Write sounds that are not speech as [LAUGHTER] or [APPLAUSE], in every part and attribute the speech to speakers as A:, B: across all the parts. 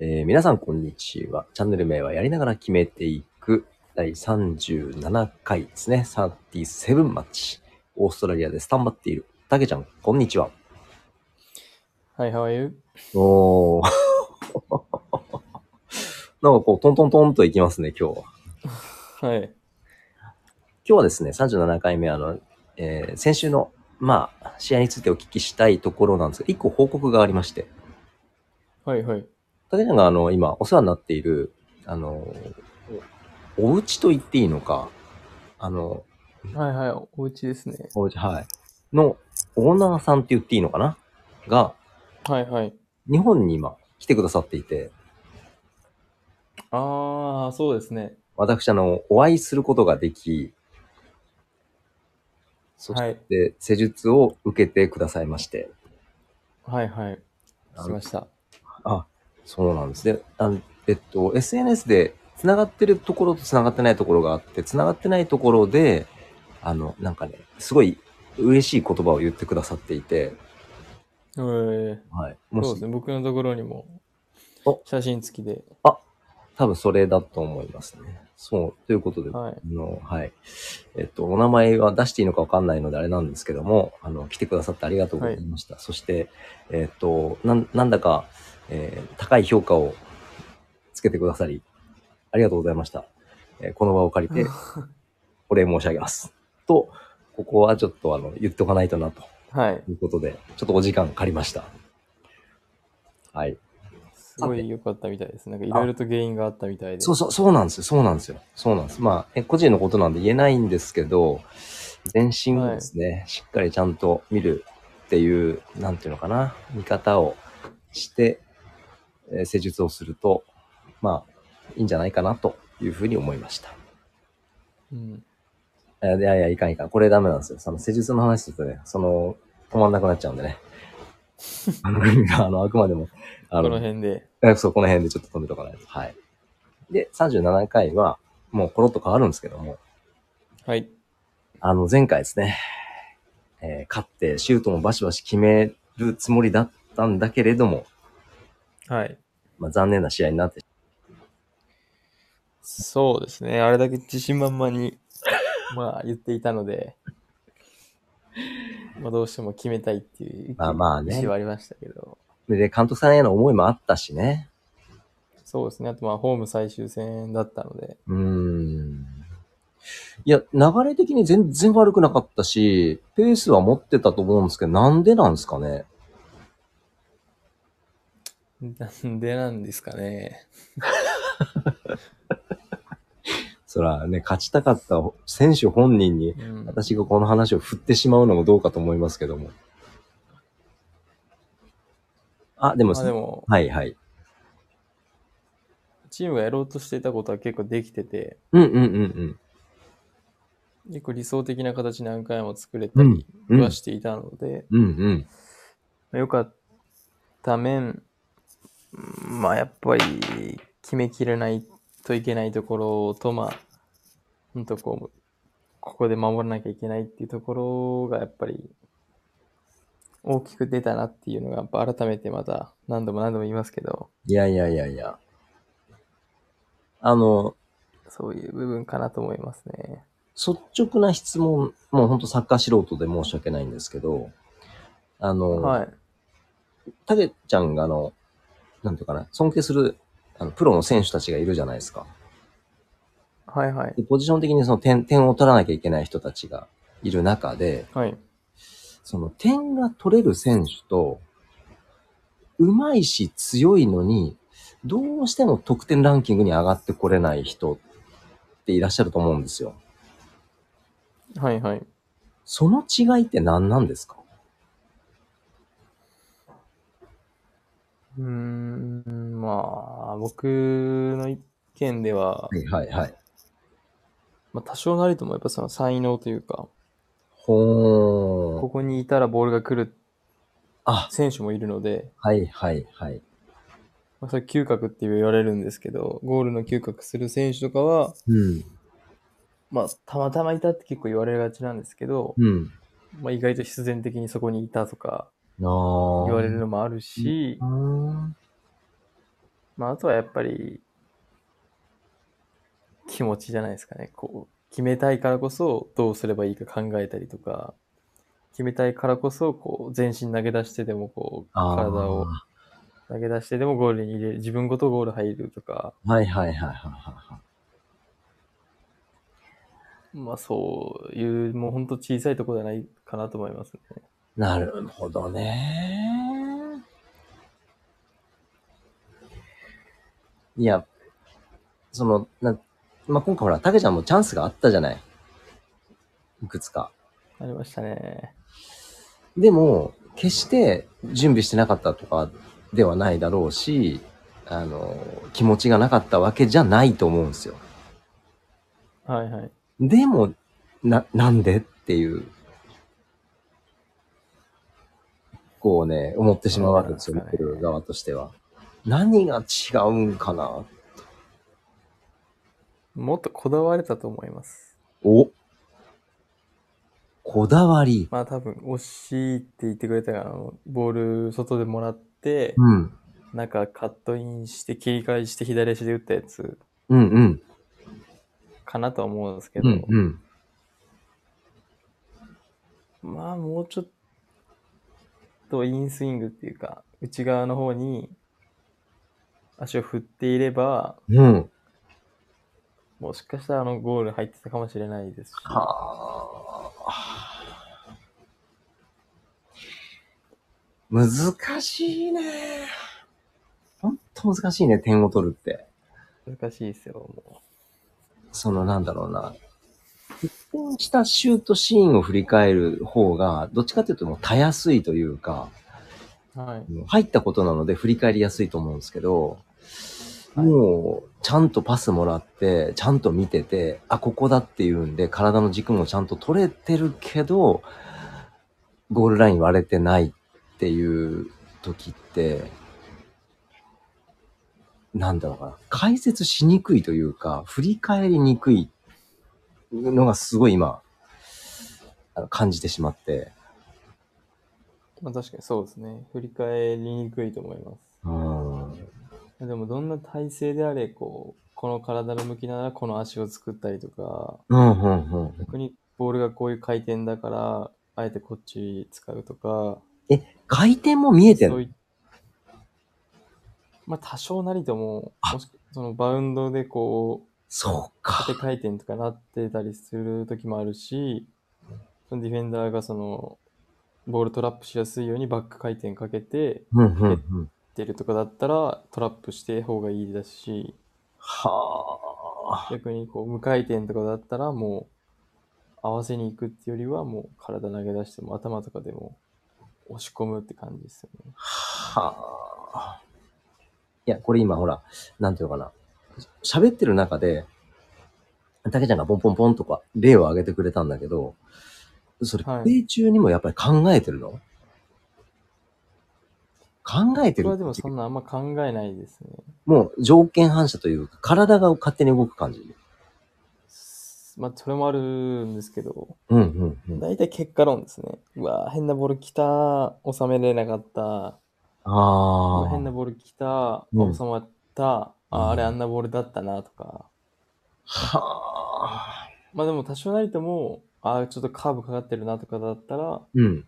A: えー皆さん、こんにちは。チャンネル名はやりながら決めていく第37回ですね。37マッチ。オーストラリアでスタンバっている。たけちゃん、こんにちは。
B: Hi, how are you?
A: おー。 [LAUGHS] なんかこう、トントントンといきますね、今日は。
B: はい。
A: 今日はですね、37回目、あの、えー先週の、まあ、試合についてお聞きしたいところなんですが、一個報告がありまして、
B: はいはい。
A: 竹ちゃんが、あの、今、お世話になっている、あの、おお家と言っていいのか、あの、
B: はいはい。お家ですね。
A: お家、はい、のオーナーさんって言っていいのかなが、
B: はいはい。
A: 日本に今、来てくださっていて、
B: ああ、そうですね。
A: 私、あの、お会いすることができ、そし
B: はい。
A: て、施術を受けてくださいまして、
B: はいはい。しました。
A: あ、そうなんですね。あのえっと、SNS で繋がってるところと繋がってないところがあって、繋がってないところで、あの、なんかね、すごい嬉しい言葉を言ってくださっていて、
B: えー、
A: はい。も
B: そう
A: し
B: です、ね。僕のところにも
A: お
B: 写真付きで。
A: 多分それだと思いますね。そう。ということで、あ
B: はい。
A: の、はい。えっと、お名前は出していいのかわかんないのであれなんですけども、あの、来てくださってありがとうございました。そして、えっと、なん、なんだか、えー高い評価をつけてくださり、ありがとうございました。えーこの場を借りて、お礼申し上げます。と、ここはちょっとあの、言っておかないとな、と
B: はい。
A: いうことで、ちょっとお時間借りました。はい。
B: すごい良かったみたいです。なんかいろいろと原因があったみたいで。
A: そうそう、そうなんですよ。そうなんですよ。そうなんです。まあ、え個人のことなんで言えないんですけど、全身をですね、しっかりちゃんと見るっていう、なんていうのかな、見方をして、えー施術をすると、まあ、いいんじゃないかなというふうに思いました。
B: うん。
A: えーいやいや、いかんいかん。これダメなんですよ。その施術の話するとね、その、止まんなくなっちゃうんで
B: [LAUGHS]
A: ね。あの、あのあくまでも、あ
B: この辺で。
A: えそう、この辺でちょっと止めとかないと。はい。で、37回は、もうコロッと変わるんですけども、
B: はい。
A: あの、前回ですね、えー勝ってシュートもバシバシ決めるつもりだったんだけれども、
B: はい。
A: まあ、残念な試合になって、
B: そうですね。あれだけ自信満々に、 [LAUGHS] まあ言っていたので、まあどうしても決めたいっていう意
A: まあまあね
B: 思。はありましたけど。
A: で、監督さんへの思いもあったしね。
B: そうですね。あとまあ、ホーム最終戦だったので。
A: うーん。いや、流れ的に全然悪くなかったし、ペースは持ってたと思うんですけど、なんでなんですかね。
B: なんでなんですかね。
A: そらね、勝ちたかった選手本人に
B: うん、
A: 私がこの話を振ってしまうのもどうかと思いますけども。あ、でも、
B: まあでも、
A: はいはい。
B: チームがやろうとしていたことは結構できてて、
A: うんうんうん
B: 結構理想的な形何回も作れ
A: う
B: た
A: ん
B: り。
A: うん。
B: はしていたので、
A: うんうん。
B: まあ良かった面、うんまあやっぱり決めきれないといけないところと、まあ、ほんとこう、ここで守らなきゃいけないっていうところがやっぱり大きく出たなっていうのが、やっぱ改めてまた何度も何度も言いますけど、
A: いやいやいやいや。あの、
B: そういう部分かなと思いますね。
A: 率直な質問、もう本当サッカー素人で申し訳ないんですけど、あの、
B: はい。
A: たけちゃんがあの、なんていうかな、尊敬するあのプロの選手たちがいるじゃないですか。
B: はいはい。
A: でポジション的にその点、点を取らなきゃいけない人たちがいる中で、
B: はい。
A: その点が取れる選手と、うまいし強いのに、どうしても得点ランキングに上がってこれない人っていらっしゃると思うんですよ。
B: はいはい。
A: その違いって何なんですか
B: うーん、まあ、僕の意見では、
A: いはいはい。
B: まあ、多少なりともやっぱその才能というか、
A: ほー
B: ここにいたらボールが来る
A: あ、
B: 選手もいるので、
A: はいはいはい。
B: まあ、それ嗅覚って言われるんですけど、ゴールの嗅覚する選手とかは、
A: うん。
B: まあ、たまたまいたって結構言われがちなんですけど、
A: うん。
B: まあ、意外と必然的にそこにいたとか
A: ああ。
B: 言われるのもあるし、
A: うーん。
B: まあ、あとはやっぱり、気持ちじゃないですかね。こう、決めたいからこそ、どうすればいいか考えたりとか、決めたいからこそ、こう、全身投げ出してでも、こう、
A: あー
B: 体を投げ出してでもゴールに入れる。自分ごとゴール入るとか、
A: はいはいはいはいは
B: まあそういう、もう本当小さいところじゃないかなと思いますね。
A: い。なるほどね。いや、その、なまあ、今回ほら、たけちゃんもチャンスがあったじゃない。いくつか。
B: ありましたね。
A: でも、決して準備してなかったとかではないだろうし、あの、気持ちがなかったわけじゃないと思うんですよ。
B: はいはい。
A: でも、な、なんでっていう、こうね、思ってしまうわけですよ、見
B: そうなん
A: て
B: ですかね
A: る側としては。何が違うんかな
B: もっとこだわれたと思います。
A: おこだわり。
B: まあ多分、惜しいって言ってくれたから、あのボール外でもらって、
A: うん。
B: 中カットインして切り返して左足で打ったやつ
A: うんうん。
B: かなとは思うんですけ
A: う
B: ど、
A: んうん。
B: まあもうちょっとインスイングっていうか、内側の方に足を振っていれば、
A: うん。
B: もしかしたらあのゴール入ってたかもしれないですし、
A: はあ。難しいね。ほんと難しいね、点を取るって。
B: 難しいですよ、も
A: そのなんだろうな。失点したシュートシーンを振り返る方が、どっちかというともうたやすいというか、
B: う。はい。
A: 入ったことなので振り返りやすいと思うんですけど、
B: はい
A: もう、ちゃんとパスもらって、ちゃんと見てて、あ、ここだっていうんで、体の軸もちゃんと取れてるけど、ゴールライン割れてないっていう時って、なんだろうな、解説しにくいというか、振り返りにくいのがすごい今、あの感じてしまって、
B: まあ確かにそうですね。振り返りにくいと思います。
A: うん、
B: でもどんな体勢であれ、こう、この体の向きならこの足を作ったりとか、
A: うん、うん、うん。
B: 逆にボールがこういう回転だから、あえてこっち使うとか、
A: 回転も見えてる
B: そういまあ多少なりとも、もしそのバウンドでこう、
A: そうか
B: 縦。回転とかなってたりする時もあるし、そのディフェンダーがその、ボールトラップしやすいようにバック回転かけて
A: うんうんうん。
B: 出るとかだったらトラップして方がいいだし、
A: はあ。
B: 逆にこう無回転とかだったらもう合わせに行くっていうよりはもう体投げ出しても頭とかでも押し込むって感じですよね。
A: はあ。いや、これ今ほら、なんていうのかな。喋ってる中で、たけちゃんがポンポンポンとか例を挙げてくれたんだけど、それ、
B: はい
A: プレイ中にもやっぱり考えてるの、考えて
B: 僕
A: る
B: はでもそんなあんま考えないですね。
A: もう条件反射というか、体が勝手に動く感じ。
B: まあそれもあるんですけど、
A: うんうんうん。
B: 大体結果論ですね。うわー変なボール来た、収めれなかった、
A: ああ。
B: 変なボール来た、
A: うん
B: 収まった、
A: うん
B: ああれあんなボールだったなとか。
A: はあ。
B: まあでも多少なりとも、ああちょっとカーブかかってるなとかだったら、
A: うん。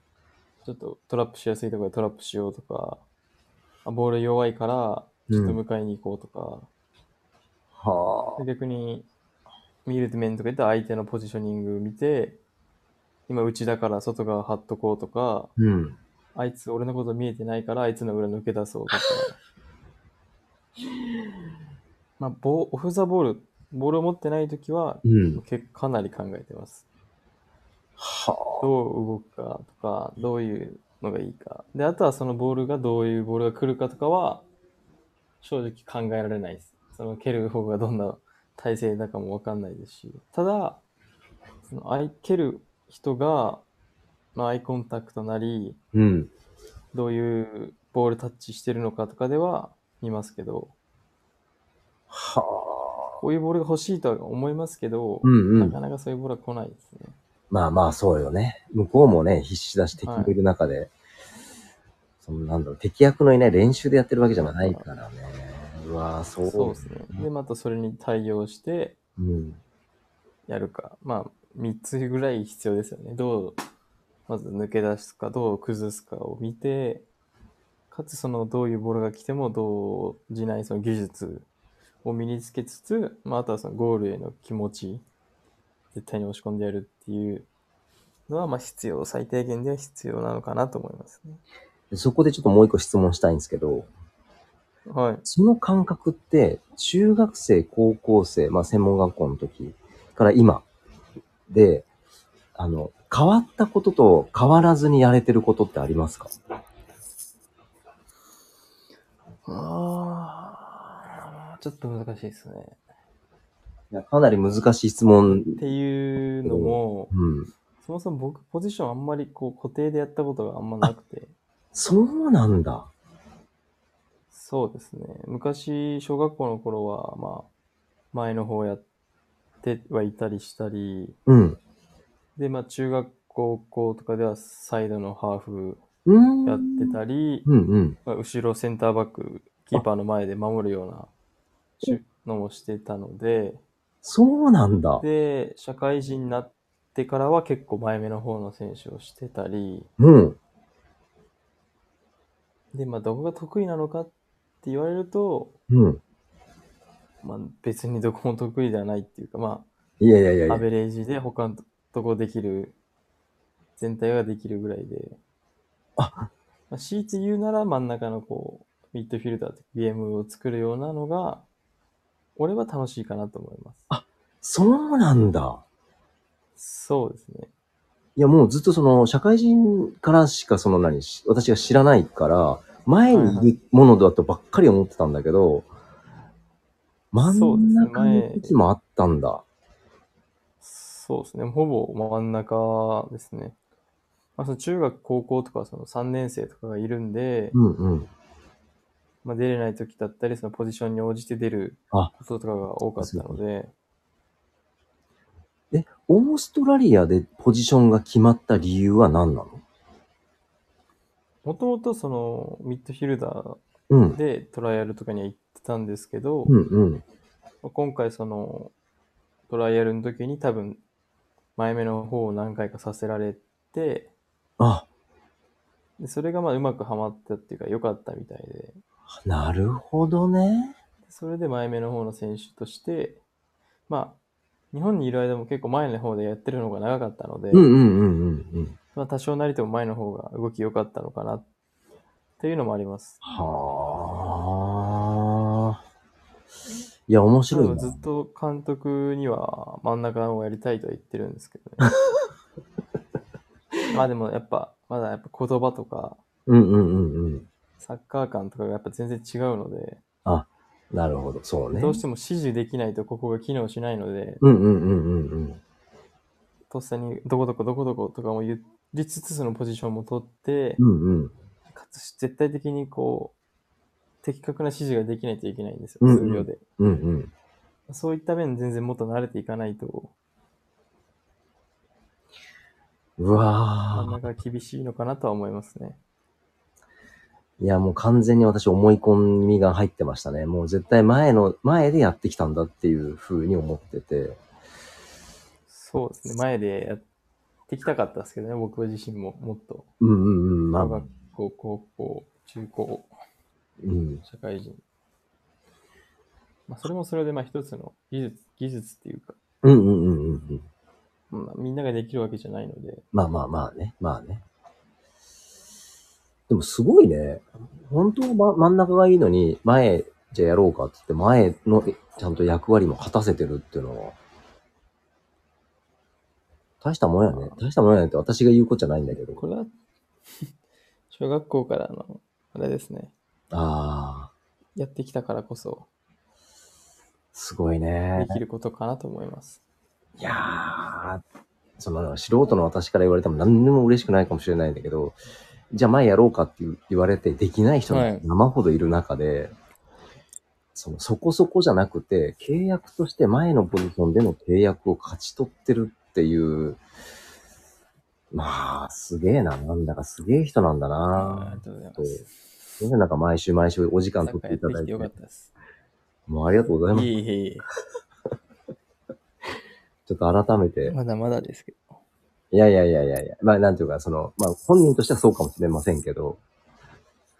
B: ちょっとトラップしやすいところでトラップしようとか、あボール弱いから、ちょっと迎えに行こうとか、
A: はあ。
B: で逆に、ミール面とか言ったら相手のポジショニング見て、今内だから外側張っとこうとか、
A: うん。
B: あいつ俺のこと見えてないからあいつの裏抜け出そうとか。まあ、ボーオフザボール、ボールを持ってないときは、
A: うん。
B: 結かなり考えてます。
A: はあ。
B: どう動くかとか、どういうのがいいか。で、あとはそのボールがどういうボールが来るかとかは、正直考えられないです。その蹴る方がどんな体勢だかもわかんないですし。ただ、そのあい蹴る人が、まあ、アイコンタクトなり、
A: うん。
B: どういうボールタッチしてるのかとかでは見ますけど、
A: はあ。
B: こういうボールが欲しいとは思いますけど、
A: うんう。
B: なんかなかそういうボールは来ないですね。
A: まあまあ、そうよね。向こうもね、必死だし、敵もいる中で、そのなんだろう、敵役のいない練習でやってるわけじゃないからね。ううわーそ
B: そう
A: う
B: ですね。で、またそれに対応して
A: うん。
B: やるか。まあ、3つぐらい必要ですよね。どう、まず抜け出すか、どう崩すかを見て、かつその、どういうボールが来てもどうしないその技術を身につけつつ、まあ、あとはそのゴールへの気持ち、絶対に押し込んでやるっていうのは、まあ、必要、最低限では必要なのかなと思いますね。
A: でそこでちょっともう一個質問したいんですけど、
B: はい。
A: その感覚って、中学生、高校生、まあ専門学校の時から今で、あの、変わったことと変わらずにやれてることってありますか
B: ああ、ちょっと難しいですね。
A: いやかなり難しい質問。
B: っていうのも、
A: うん。
B: そもそも僕、ポジションあんまりこう固定でやったことがあんまなくて、
A: そうなんだ。
B: [LAUGHS] そうですね。昔、小学校の頃は、まあ、前の方やってはいたりしたり、
A: うん。
B: で、まあ、中学高校とかではサイドのハーフ
A: うーん。
B: やってたり、
A: うんうん。
B: まあ、後ろセンターバック、キーパーの前で守るようなしゅのもしてたので、
A: そうなんだ。
B: で、社会人になってからは結構前目の方の選手をしてたり、
A: うん。
B: で、まあ、どこが得意なのかって言われると、
A: うん。
B: まあ、別にどこも得意ではないっていうか、ま
A: いやいやいやい
B: あ、
A: や
B: ア。ベレージで他のとこできる、全体ができるぐらいで、
A: あ
B: まあ、強いて言うなら真ん中のこう、ミッドフィルダーってゲームを作るようなのが、俺は楽しいかなと思います。
A: そうなんだ。
B: そうですね。
A: いや、もうずっとその、社会人からしかその何、し私が知らないから、前にいるものだとばっかり思ってたんだけど、真ん中
B: そうですね
A: の
B: 前
A: 時もあったんだ。
B: そうですね。ほぼ真ん中ですね。まあ、その中学、高校とかはその3年生とかがいるんで、
A: うんうん。
B: まあ、出れない時だったり、そのポジションに応じて出る
A: あ
B: こととかが多かったので、
A: え、オーストラリアでポジションが決まった理由は何なの
B: もともとそのミッドフィルダ
A: うん
B: ー。でトライアルとかには行ってたんですけど、
A: うんうん。
B: まあ今回そのトライアルの時に多分前目の方を何回かさせられて、
A: あ、
B: でそれがまあうまくはまったっていうか良かったみたいで、
A: なるほどね。
B: それで前目の方の選手として、まあ、日本にいる間も結構前の方でやってるのが長かったので、
A: うんうんうんうんうん。
B: まあ、多少なりとも前の方が動き良かったのかなっていうのもあります。
A: はあ。いや、面白い
B: 多分
A: な
B: ず。っと監督には真ん中をやりたいとは言ってるんですけど
A: [LAUGHS]
B: ね。まあでもやっぱ、まだやっぱ言葉とか、
A: うんうんうんうん。
B: サッカー感とかがやっぱ全然違うので、
A: なるほど。そうね。
B: どうしても指示できないとここが機能しないので、
A: うんうんうんうんうん。
B: とっさにどこどこどこどことかも言りつつそのポジションも取って、
A: うんうん。
B: かつ絶対的にこう、的確な指示ができないといけないんですよ、
A: うんうん
B: 数秒で。
A: うんうん。
B: そういった面全然もっと慣れていかないと、
A: う
B: 真
A: わ
B: ん
A: ぁ。
B: 中厳しいのかなとは思いますね。
A: いや、もう完全に私思い込みが入ってましたね。もう絶対前の、前でやってきたんだっていう風に思ってて。
B: そうですね、前でやってきたかったですけどね、僕自身ももっと。
A: うんうんうん。まあ
B: 小、学校、高校、中高、
A: うん。
B: 社会人。まあ、それもそれで、まあ、一つの技術、技術っていうか、
A: うんうんうんうんうん。
B: まあ、みんなができるわけじゃないので、
A: まあまあまあね。まあね。でもすごいね。本当はま真ん中がいいのに、前、じゃあやろうかって言って、前のちゃんと役割も果たせてるっていうのは、大したもんやね。大したもんやねって私が言うことじゃないんだけど。
B: これは、 [LAUGHS] 小学校からの、あれですね、
A: ああ、
B: やってきたからこそ、
A: すごいね
B: で。きることかなと思います。
A: いやー、その素人の私から言われても何でも嬉しくないかもしれないんだけど、じゃあ前やろうかって言う言われてできない人
B: はい
A: が山ほどいる中で、そのそこそこじゃなくて、契約として前のポジションでの契約を勝ち取ってるっていう、まあ、すげえな。なんだかすげえ人なんだ
B: ああり
A: な。
B: がとうございま
A: そう
B: す。
A: すいませんなんか毎週毎週お時間
B: サ
A: 取
B: ッ
A: っ
B: カー
A: て
B: や
A: いだ
B: ったてき
A: いて
B: てよか。ったです。
A: もうありがとうございます。
B: いえいえい
A: ちょっと改めて
B: え。。まだまだですけど。
A: いやいやいやいやいや。まあ、なんていうか、その、まあ、本人としてはそうかもしれませんけど、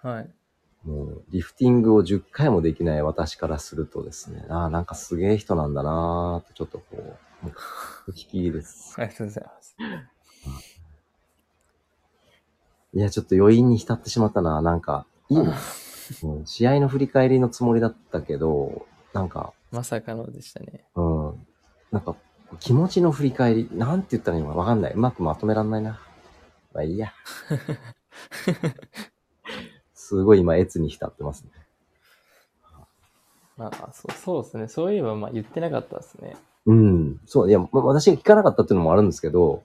B: はい。
A: もう、リフティングを10回もできない私からするとですね、ああ、なんかすげえ人なんだなーって、ちょっとこう、もう聞き入りです。
B: ありがとうございます。
A: いや、ちょっと余韻に浸ってしまったな、なんか、いいな。うん試合の振り返りのつもりだったけど、なんか、
B: まさかのでしたね。
A: うん、なんか、気持ちの振り返り、なんて言ったらいいのかわかんない。うまくまとめらんないな。まあいいや。すごい今、越に浸ってますね。
B: まあ、そうそうですね。そういえば、まあ、言ってなかったですね。
A: うん、そう、いや、ま、私が聞かなかったっていうのもあるんですけど、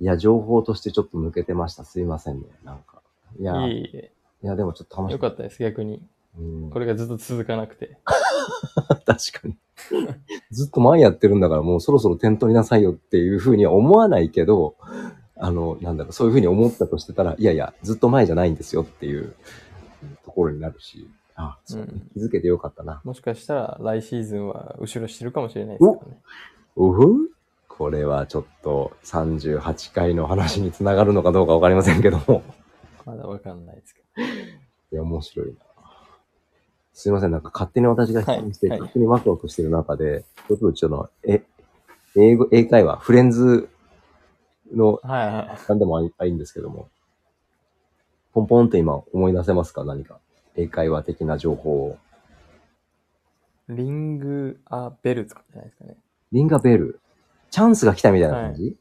A: いや、情報としてちょっと抜けてました。すいませんね、なんか。いや、
B: い
A: い
B: えい
A: や、でもちょっと
B: え。
A: 楽し
B: よかったです、逆に。
A: うん、
B: これがずっと続かなくて。
A: [LAUGHS] 確かに。 [LAUGHS] ずっと前やってるんだから、もうそろそろ点取りなさいよっていうふうには思わないけど、あの、なんだろう、そういうふうに思ったとしてたら、いやいや、ずっと前じゃないんですよっていうところになるし、あ、そう
B: うん
A: 気づけてよかったな。
B: もしかしたら、来シーズンは後ろしてるかもしれないですからね。
A: うふんこれはちょっと38回の話につながるのかどうかわかりませんけども。
B: まだわかんないですけど。
A: いや、面白いな。すいません、なんか勝手に私が質問して、
B: はいはい
A: 勝手にワクワクしてる中で、ちょっとうちの、え、英語、英会話、フレンズの
B: はいはい。
A: 何でもあいあいいんですけども、ポンポンって今思い出せますか何か。英会話的な情報を。
B: リング・ア・ベルとかじゃないですかね。
A: リンガベル、チャンスが来たみたいな感じ、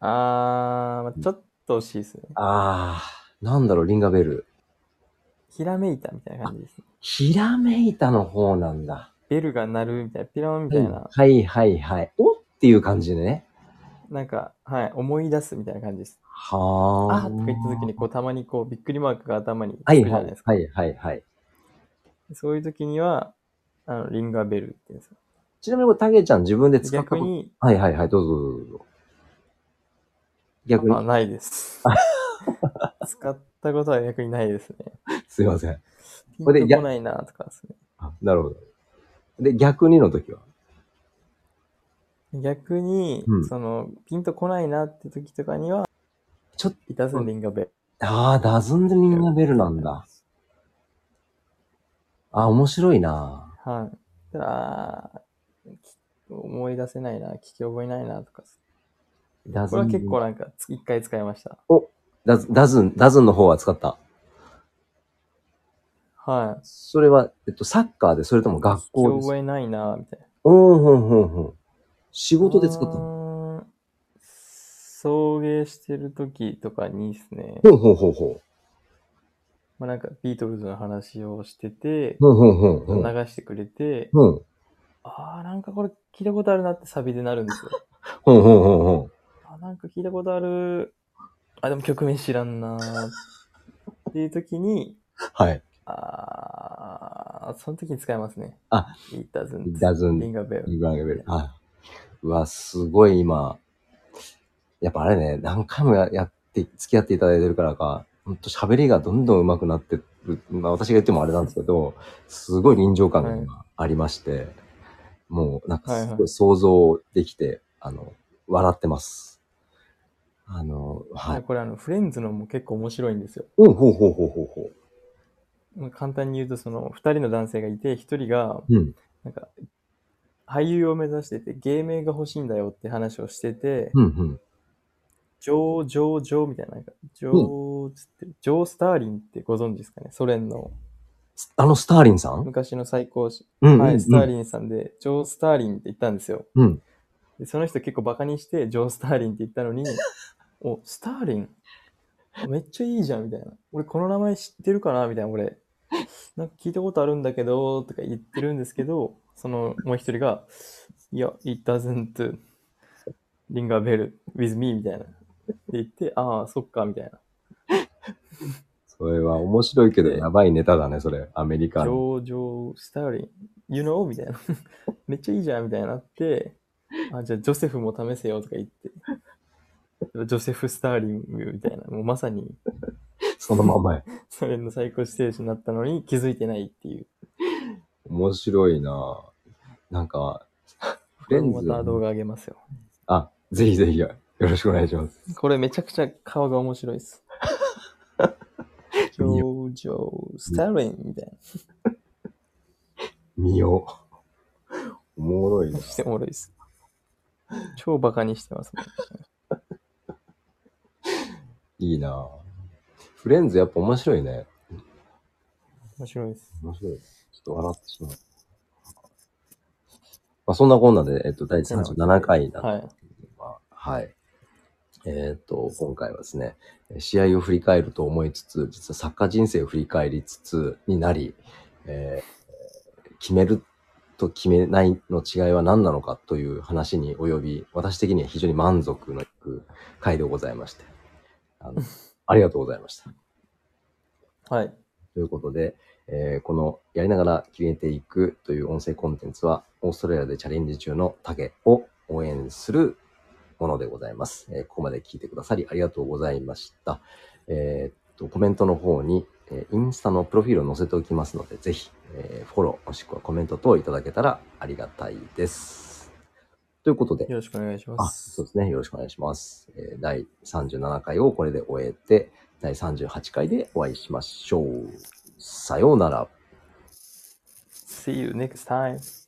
B: あー、まあ、ちょっと惜しいですね。
A: あー、なんだろう、リンガベル。
B: ひらめいたみたいな感じですね。
A: ひらめいたの方なんだ。
B: ベルが鳴るみたいな、ピロンみたいな、
A: はいはいはい。おっていう感じでね。
B: なんか、はい、思い出すみたいな感じです。
A: は
B: あ
A: あ。
B: ーとか言った時に、こう、たまにこう、びっくりマークが頭につく
A: は
B: じ
A: い
B: ゃ
A: は
B: な
A: い
B: いですか。
A: はいはいはい。
B: そういう時には、あの、リンガーベルって言うんですよ。
A: ちなみにこれ、タゲちゃん自分で使ったこ
B: 逆
A: と。
B: に、
A: はいはいはい、どうぞどうぞどうぞ。逆
B: あ、
A: に、
B: ない [LAUGHS] です。使ったことは逆にないですね。
A: すいません。
B: ピン
A: これ
B: と
A: でや
B: こないなとかですね。
A: あなるほど。で、逆にの時は
B: 逆に、
A: うん
B: その、ピンとこないなって時とかには、
A: ちょっと、
B: いたずリンガーベル。
A: ああ、ダズンリンガベルなんだ。。ああ、面白いな。
B: はい。ただ、あーき思い出せないな、聞き覚えないなとか。
A: ダ
B: こ
A: ズ
B: れ
A: ン
B: は。結構なんか、つ一回使いました。
A: ダズダズン、ダズンの方は使った。
B: はい。
A: それは、えっと、サッカーで、それとも学校
B: 聞
A: で
B: き
A: す
B: 覚。えないな、みたいな。
A: おーほんほんほん。仕
B: 仕
A: 事で作ったの
B: の送迎してる時とかにですね、
A: ほんほんほんほん。
B: まあ、なんかビートルズの話をしてて、
A: ほんほんほん
B: 流
A: ほん。
B: してくれて、
A: ほん
B: ああ、なんかこれ聞いたことあるなってサビでなるんですよ。
A: ほんほんほんほん。
B: あ、なんか聞いたことある。あ、でも曲名知らんなーっていう時に、
A: はい。
B: あーその時に使いますね。
A: あ、
B: It doesn't.
A: ダズン
B: ring a bell.
A: リバーベル。あ、うわ、すごい今、やっぱあれね、何回もややって、付き合っていただいてるからか、ほんと喋りがどんどん上手くなってる。まあ私が言ってもあれなんですけど、すごい臨場感が今ありまして、もうなんかす
B: はい
A: ご
B: はい
A: 想像できて、あの、笑ってます。あの、はい。
B: これあの、フレンズのも結構面白いんですよ。
A: うん、ほうほうほうほうほ
B: まあ簡単に言うと、その、二人の男性がいて、一人が、
A: う。うん、
B: なんか、俳優を目指してて、芸名が欲しいんだよって話をしてて、
A: うん、うん。
B: ジョー、ジョー、ジョーみたいな、なんか、ジョー、つって、ジョー・スターリンってご存知ですかねソ連の
A: すあの、スターリンさん
B: 昔の最高司、
A: うん、うん、う
B: はい、スター
A: ん。
B: リンさんで、ジョー・スターリンって言ったんですよ。
A: うん。
B: でその人結構バカにして、ジョー・スターリンって言ったのに、お、スターリンめっちゃいいじゃん、みたいな。俺この名前知ってるかなみたいな、俺。なんか聞いたことあるんだけど、とか言ってるんですけど、そのもう一人が、いや、it doesn't ring a bell with me みたいな。って言って、ああ、そっか、みたいな。
A: それは面白いけど、やばいネタだね、それ。アメリカ
B: ジ
A: の。
B: ョージョー・スターリン、You know? みたいな。 [LAUGHS] めっちゃいいじゃんみたいになって、あ、じゃあジョセフも試せよとか言って。ジョセフ・スターリンみたいな、もうまさに
A: そのままや。
B: それの最高ステージになったのに気づいてないっていう。
A: 面白いななんか、フレン
B: ま
A: ズ、
B: た動画あげますよ。
A: あ、ぜひぜひよろしくお願いします。
B: これめちゃくちゃ顔が面白いです。表情、スタリンみたい
A: 見よう。おもろいな
B: な。しておもろいです。超バカにしてますもん。
A: いいなフレンズやっぱ面白いね。
B: 面白いです。
A: 面白い。ちょっと笑ってしまう。まあ、そんなこんなで、えっと、第37回だ
B: はい。
A: は、はい。えっ、と、今回はですね、試合を振り返ると思いつつ、実はサッカー人生を振り返りつつになり、えー決めると決めないの違いは何なのかという話に及び、私的には非常に満足のいく回でございまして、あのありがとうございました。
B: はい。
A: ということで、えーこのやりながら決めていくという音声コンテンツは、オーストラリアでチャレンジ中の竹を応援するものでございます。えーここまで聞いてくださりありがとうございました。えーっと、コメントの方に、えーインスタのプロフィールを載せておきますので、ぜひ、えーフォローもしくはコメント等いただけたらありがたいです。ということで、
B: よろしくお願いしま
A: あ、
B: す。
A: そうですね。よろしくお願いします。えー第37回をこれで終えて、第38回でお会いしましょう。さようなら。
B: See you next time.